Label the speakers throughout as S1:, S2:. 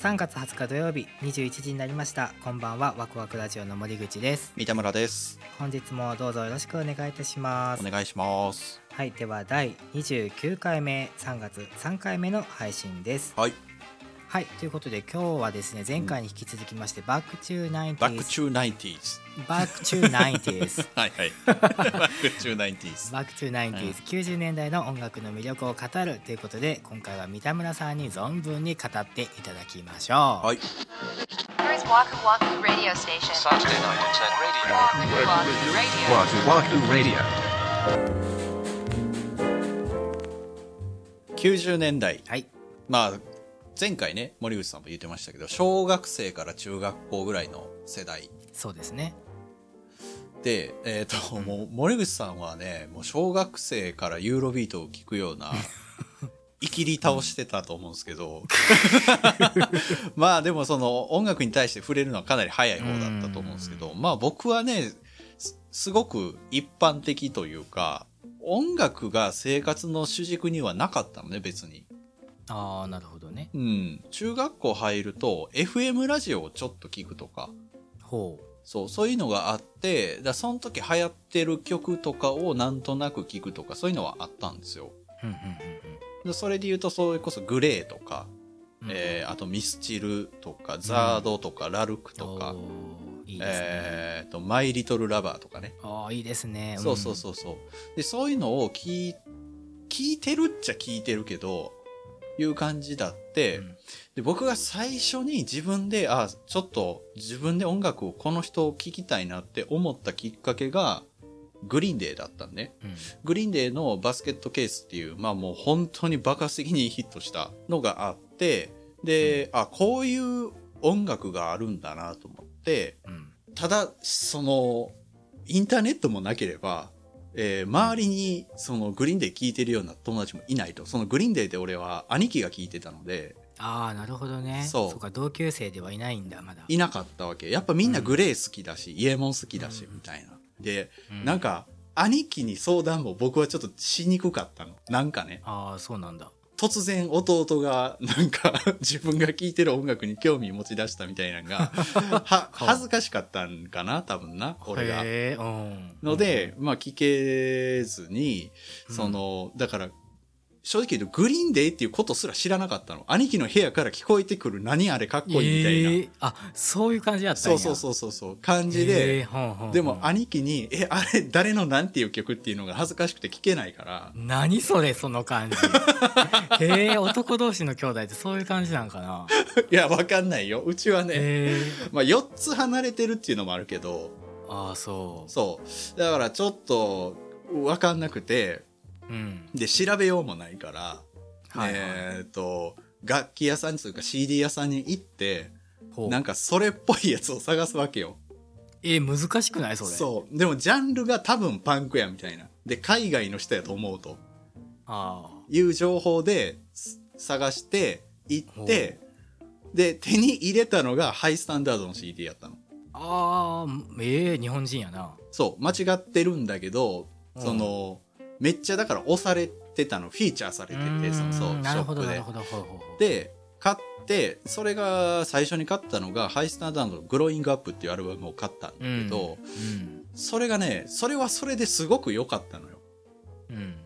S1: 3月20日土曜日21時になりましたこんばんはワクワクラジオの森口です
S2: 三田村です
S1: 本日もどうぞよろしくお願いいたしま
S2: お
S1: す
S2: 願いします
S1: はいでは第29回目3月3回目の配信です
S2: はい
S1: はいということで今日はですね前回に引き続きまして、バックチューナインテ
S2: バ
S1: ィ
S2: ック
S1: ーズ
S2: チューナインティーズ
S1: バックチューナインティー ズ
S2: はいはい バックチューナインティーズ
S1: バックチューナインティーズ90年代の音楽の魅力を語るということで今回は三田村さんに存分に語っていただきましょう
S2: はい
S3: Here is Waku Waku Radio Station.
S4: Saturday night at 10 radio.
S3: Waku Waku Radio.
S4: Wahoo Wahoo Radio.
S2: 90年代
S1: はい
S2: まあ前回ね森口さんも言ってましたけど小学生から中学校ぐらいの世代
S1: そうですね
S2: でえっ、ともう森口さんはねもう小学生からユーロビートを聞くよう ないきり倒してたと思うんですけ どまあでもその音楽に対して触れるのはかなり早い方だったと思うんですけどまあ僕はねすすごく一般的というか音楽が生活の主軸にはなかったのね別に。
S1: ああなるほどね
S2: うん、中学校入ると FM ラジオをちょっと聞くとか
S1: ほ
S2: そうそういうのがあってだからその時流行ってる曲とかをなんとなく聞くとかそういうのはあったんですよ
S1: ううんうん
S2: でそれで言うとそれこそグレーとか、
S1: うんうん
S2: えーあとミスチルとかザードとかラルクとか、
S1: おーいいですね、
S2: えーとマイ・リトル・ラバーとかね、
S1: ああいいですね
S2: そうそうそうそうでそういうのを聞い聞いてるっちゃ聞いてるけどいう感じだって、
S1: うん
S2: で僕が最初に自分であちょっと自分で音楽をこの人を聴きたいなって思ったきっかけがグリーンデーだったんね
S1: うん、うん
S2: グリーンデーのバスケットケースっていうまあもう本当に爆発的にヒットしたのがあってで、あこういう音楽があるんだなと思って
S1: うん
S2: ただそのインターネットもなければ、えー周りにそのグリーンデー聴いてるような友達もいないとそのグリーンデーで俺は兄貴が聴いてたので
S1: ああなるほどね
S2: そう
S1: か同級生ではいないんだまだ
S2: いなかったわけやっぱみんなグレー好きだし、イエモン好きだし、
S1: うん
S2: みたいなで、
S1: うん
S2: なんか兄貴に相談も僕はちょっとしにくかったのなんかね
S1: ああそうなんだ
S2: 突然弟がなんか 自分が聴いてる音楽に興味持ち出したみたいなのが は恥ずかしかったんかな多分な俺が
S1: へ。えうん
S2: ので、まあ聞けずに
S1: うん
S2: その、だから正直言うとグリーンデーっていうことすら知らなかったの兄貴の部屋から聞こえてくる何あれかっこいいみたいな、
S1: えーあそういう感じだったん
S2: そう
S1: や
S2: そう
S1: う
S2: そうそうそう感じで、でも
S1: れ
S2: 兄貴に「えあれ誰のなんていう曲?」っていうのが恥ずかしくて聞けないから
S1: 何それその感じへえ男同士の兄弟ってそういう感じなんかない
S2: やわかんないようちはね、
S1: へえ
S2: まあ、4つ離れてるっていうのもあるけど
S1: ああそ
S2: そうだからちょっとわかんなくて
S1: ううん
S2: で調べようもないから、
S1: はいはい
S2: えーっと楽器屋さんというか CD 屋さんに行って
S1: ほう
S2: なんかそれっぽいやつを探すわけよ
S1: えー難しくないそれ
S2: そうでもジャンルが多分パンクやみたいなで海外の人やと思うと
S1: ああ
S2: いう情報です探して行ってで手に入れたのがハイスタンダードの CD やったの
S1: あーええ日本人やな
S2: そう間違ってるんだけど、
S1: うん
S2: そのめっちゃだから押されてたのフィーチャーされててそのそう
S1: うー
S2: シ
S1: んなる
S2: ョ
S1: ほ
S2: ッ
S1: ど
S2: プ
S1: なる
S2: で
S1: ほどほうほうほう
S2: で買ってそれが最初に買ったのがハイスタンダードの「グローイングアップ」っていうアルバムを買ったんだけ
S1: う
S2: ど、
S1: ん
S2: それがねそれはそれですごく良かったのよ
S1: うん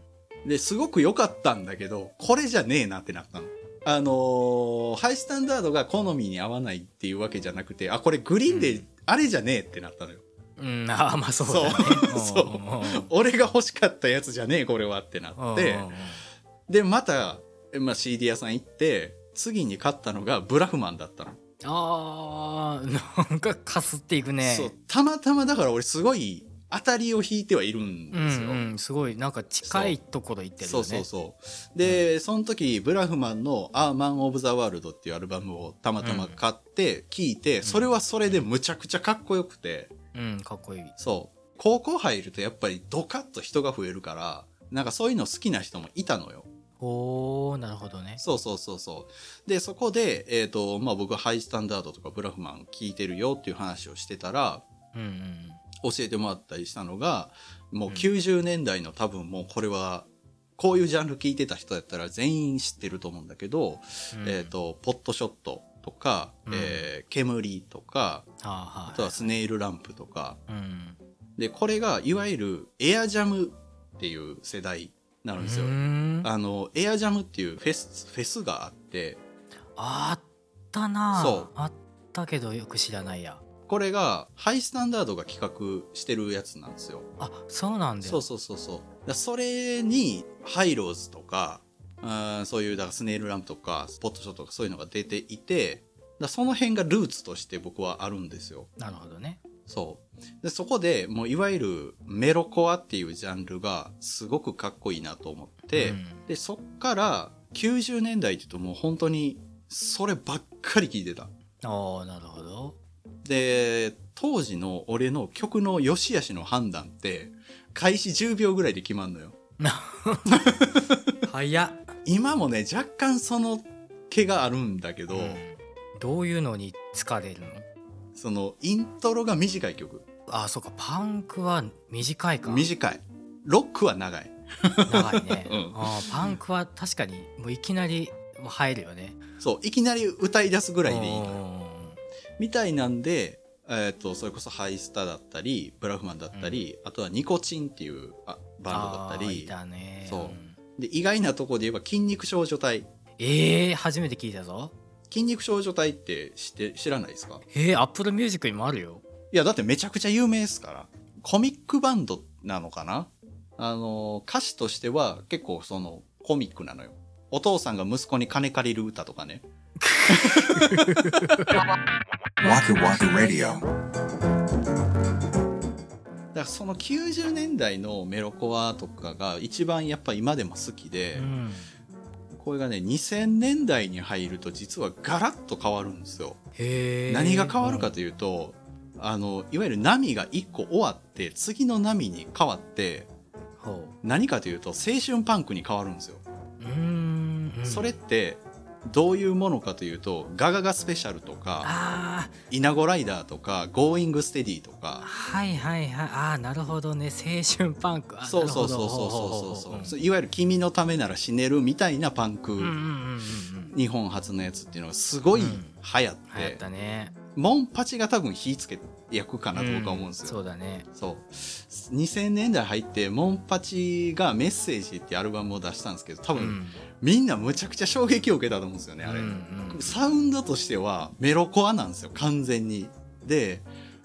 S2: ですごく良かったんだけどこれじゃねえなってなったの。あのーハイスタンダードが好みに合わないっていうわけじゃなくてあこれグリーン
S1: う
S2: であれじゃねえってなったのよ、
S1: うんああまあそうだね
S2: そう
S1: うんうんうん
S2: 俺が欲しかったやつじゃねえこれはってな
S1: うん
S2: って、
S1: うんうん
S2: でまた、まあ、CD 屋さん行って次に買ったのがブラフマンだったの、
S1: あーなんかかすっていくね
S2: そうたまたまだから俺すごい当たりを引いてはいるん
S1: うん
S2: ですよ、
S1: うんすごいなんか近いところ行ってるよ
S2: そう
S1: ね
S2: そうそうで、その時ブラフマンの「アーマン・オブ・ザ・ワールド」っていうアルバムをたまたま買って聴いて、それはそれでむちゃくちゃかっこよくて
S1: うんかっこいい
S2: そう高校入るとやっぱりドカッと人が増えるからなんかそういうの好きな人もいたのよ
S1: おーなるほどね
S2: そうそうそうそう。で、そこで、えっ、と、まあ僕、ハイスタンダードとかブラフマン聞いてるよっていう話をしてたら、
S1: うんうん
S2: 教えてもらったりしたのが、もう90年代の多分もうこれは、こういうジャンル聞いてた人だったら全員知ってると思うんだけど、
S1: うん
S2: えっ、と、ポットショットとか、
S1: うん
S2: えー煙とか
S1: ああはい
S2: あとはスネイルランプとか
S1: うん
S2: でこれがいわゆるエアジャムっていう世代になるんですよ
S1: うー。ん
S2: あのエアジャムっていうフェスフェスがあって
S1: あったなあ
S2: そう
S1: あったけどよく知らないや
S2: これがハイスタンダードが企画してるやつなんですよ。
S1: あそうなんだ
S2: そう
S1: よ
S2: そうそうそうだからそれにハイローズとかあーそういうだからスネイルランプとかスポットショットとかそういうのが出ていてだからその辺がルーツとして僕はあるんですよ
S1: なるほどね
S2: そうでそこでもういわゆるメロコアっていうジャンルがすごくかっこいいなと思って、
S1: うん
S2: でそっから90年代っていうともう本当にそればっかり聞いてた
S1: ああなるほど
S2: で当時の俺の曲の良し悪しの判断って開始10秒ぐらいで決まんのよ
S1: 早っ
S2: 今もね若干その毛があるんだけど、
S1: うんどういうのに疲れるの
S2: そのイントロが短い曲
S1: ああそうかパンクは短いか
S2: 短いロックは長い
S1: 長いね、
S2: うん
S1: あーパンクは確かにもういきなりもう入るよね
S2: そういきなり歌い出すぐらいでいいのよ
S1: うん
S2: みたいなんで、えー、とそれこそハイスタだったりブラフマンだったり、あとはニコチンっていうあバンドだった
S1: あーい
S2: り
S1: たね
S2: そうんで意外なところで言えば筋肉少女隊
S1: えー、初めて聞いたぞ
S2: 筋肉少女隊って知って知らないですか
S1: えー、アップルミュージックにもあるよ
S2: いやだってめちゃくちゃ有名ですからコミックバンドなのかなあの歌詞としては結構そのコミックなのよお父さんが息子に金借りる歌とかね
S4: Waku Waku Radio.
S2: だからその90年代のメロコアとかが一番やっぱ今でも好きで、
S1: うん
S2: これがね2000年代に入ると実はガラッと変わるんですよ、
S1: へー
S2: 何が変わるかというと、あのいわゆる波が1個終わって次の波に変わって
S1: ほ
S2: 何かというと青春パンクに変わるんですよ
S1: ううーんうん
S2: それってどういうものかというと「ガガガスペシャル」とか
S1: あ
S2: 「イナゴライダー」とか「ゴーイングステディ」と
S1: あ
S2: か
S1: はいはいはいああなるほどね青春パンクあー
S2: そうそうそうそうそうそうそういわゆる「君のためなら死ねる」みたいなパンク、
S1: うんうんうんうんうん
S2: 日本初のやつっていうのがすごい流行っ、
S1: 流行ってたね
S2: モンパチが多分火つけ役かなと僕は思うんですよ、
S1: そうだね
S2: そう2000年代入ってモンパチが「メッセージ」ってアルバムを出したんですけど多
S1: う
S2: 分、
S1: ん
S2: みんなむちゃくちゃ衝撃を受けたと思うんですよねあれ、
S1: うんうん
S2: サウンドとしてはメロコアなんですよ完全にで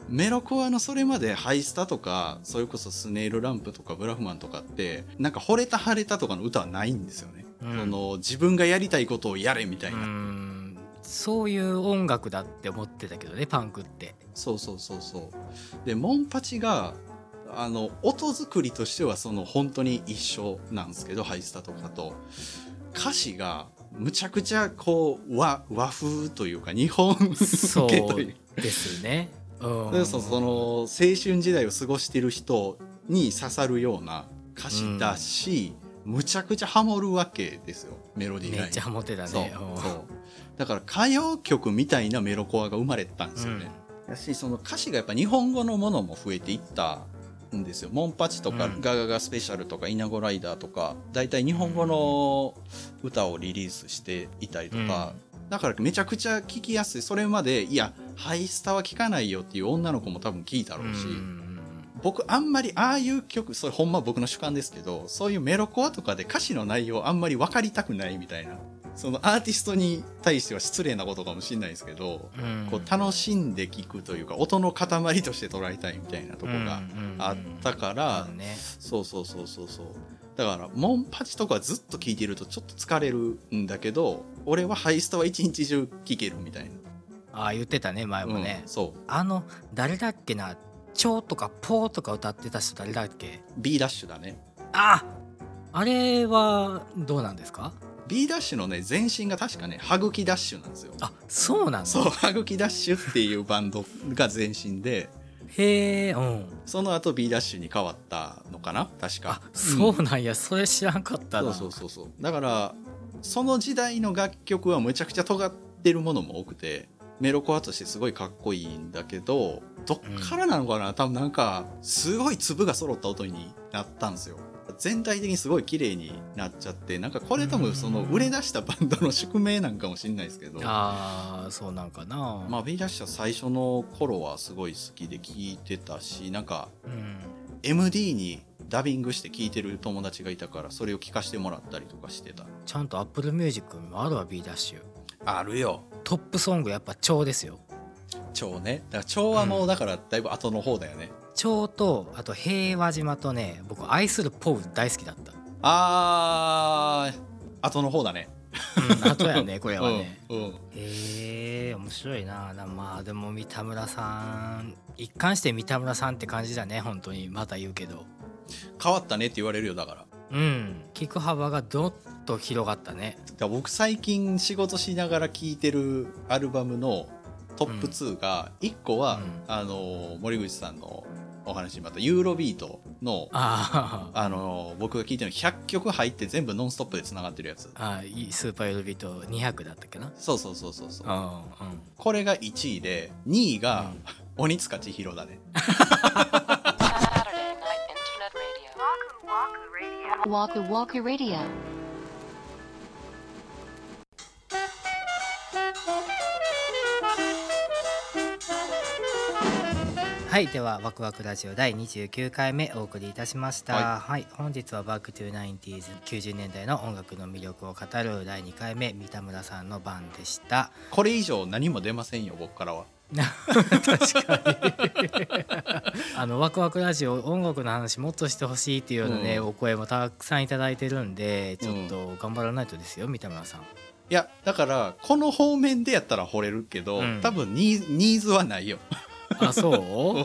S2: メロコアのそれまでハイスタとかそれこそスネイルランプとかブラフマンとかってなんか惚れた腫れたとかの歌はないんですよね、
S1: うん
S2: その自分がやりたいことをやれみたいうな、
S1: んそういう音楽だって思ってたけどねパンクって
S2: そうそうそうそうでモンパチがあの音作りとしてはその本当に一緒なんですけどハイスタとかと歌詞がむちゃくちゃこう和和風というか日本
S1: そ
S2: 向けという
S1: うですね
S2: そううんそうその青春時代を過ごしてる人に刺さるような歌詞だし、むちゃくちゃハモるわけですよメロディー
S1: め
S2: が
S1: っちゃモテた
S2: そう
S1: ねうん
S2: そうだから歌謡曲みたいなメロコアが生まれたんですよね、だしその歌詞がやっぱ日本語のものも増えていったんですよ「モンパチ」とか「
S1: うん
S2: ガガガスペシャル」とか「イナゴライダー」とか大体日本語の歌をリリースしていたりとか、だからめちゃくちゃ聞きやすいそれまでいやハイスタは聞かないよっていう女の子も多分聞いたろう
S1: う
S2: し、
S1: ん
S2: 僕あんまりああいう曲それほんま僕の主観ですけどそういうメロコアとかで歌詞の内容あんまり分かりたくないみたいなそのアーティストに対しては失礼なことかもしれないですけど、
S1: うん
S2: こう楽しんで聴くというか音の塊として捉えたいみたいなとこがあったから、
S1: うんうんうんそうね
S2: そうそうそうそうそうだからモンパチとかずっと聴いてるとちょっと疲れるんだけど俺はハイスタは一日中聴けるみたいな、
S1: ああ言ってたね前もね
S2: うん、そう
S1: あの誰だっけな「蝶」とか「ポー」とか歌ってた人誰だっけ
S2: B ダッシュだね
S1: ああれはどうなんですか
S2: B ダッシュのね前身が確かね歯茎ダッシュなんですよ
S1: あそうなの
S2: そう歯茎ダッシュっていうバンドが前身で
S1: へえうん
S2: その後 B ダッシュに変わったのかな確
S1: あ
S2: か
S1: そうなんや、それ知らんかった
S2: そう
S1: な
S2: そうそうそうだからその時代の楽曲はむちゃくちゃ尖ってるものも多くてメロコアとしてすごいかっこいいんだけどどっからなのかな、多分なんかすごい粒が揃った音になったんですよ全体的にすごい綺麗になっちゃってなんかこれ多分その売れ出したバンドの宿命なんかもしんないですけど
S1: あーそうなんかな、
S2: まあ、ビーダッシュは最初の頃はすごい好きで聴いてたしなんか
S1: うん
S2: MD にダビングして聴いてる友達がいたからそれを聴かせてもらったりとかしてた
S1: ちゃんと Apple Music にもあるわ B ダッシュ
S2: あるよ
S1: トップソングやっぱ蝶ですよ
S2: 蝶ねだから蝶はもうだからだいぶ後の方だよね、
S1: 蝶とあと平和島とね僕愛するポウ大好きだった、
S2: あー後の方だね
S1: うん、あとや ねこれはね、
S2: うんうん
S1: へえ面白いななまあでも三田村さん一貫して三田村さんって感じだね本当にまた言うけど
S2: 変わったねって言われるよだからだか
S1: うん聞く幅がどっと広がったね
S2: ら僕最近仕事しながら聴いてるアルバムのトップ2が1個は、
S1: うん
S2: あの森口さんのお話にまたユーロビートの
S1: あ
S2: あの僕が聴いてるの100曲入って全部ノンストップでつながってるやつ
S1: ーあーいいスーパーヨルビート200だったっけな
S2: そうそうそうそうそう
S1: うんうん
S2: これが1位で2位が、鬼塚千尋だね
S3: Saturday Night Internet Radio. Waku Waku Radio.
S1: はいではワクワクラジオ第29回目お送りいたしましたは、
S2: はい
S1: 本日はバックトゥ 90s90 年代の音楽の魅力を語る第2回目三田村さんの番でした
S2: これ以上何も出ませんよ僕からは
S1: 確かに あのワクワクラジオ音楽の話もっとしてほしいっていうようなね、
S2: うん
S1: お声もたくさんいただいてるんでちょっと頑張らないとですよ三田村さん
S2: いやだからこの方面でやったら惚れるけど、
S1: うん
S2: 多分ニーニーズ はないよ
S1: あそ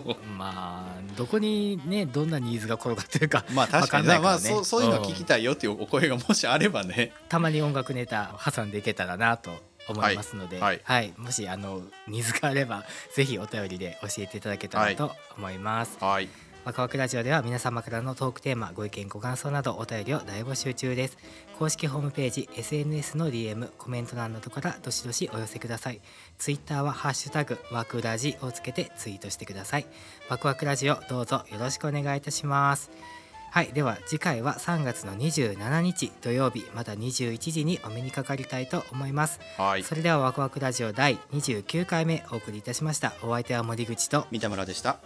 S1: う まあどこにねどんなニーズが転がってるか
S2: まあ確かに
S1: わかんないからね
S2: まあそうそういうの聞きたいよっていうお声がもしあればね、
S1: たまに音楽ネタ挟んでいけたらなと思いますので、は
S2: はいい
S1: もしあのニーズがあればぜひお便りで教えていただけたらと思います、
S2: はい
S1: ワクワクラジオでは皆様からのトークテーマご意見ご感想などお便りを大募集中です公式ホームページ SNS の DM コメント欄などからどしどしお寄せください Twitter は「ハッシュタグワクラジ」をつけてツイートしてくださいワクワクラジオどうぞよろしくお願いいたしますはいでは次回は3月の27日土曜日また21時にお目にかかりたいと思います、
S2: はい
S1: それではワクワクラジオ第29回目お送りいたしましたお相手は森口と
S2: 三田村でした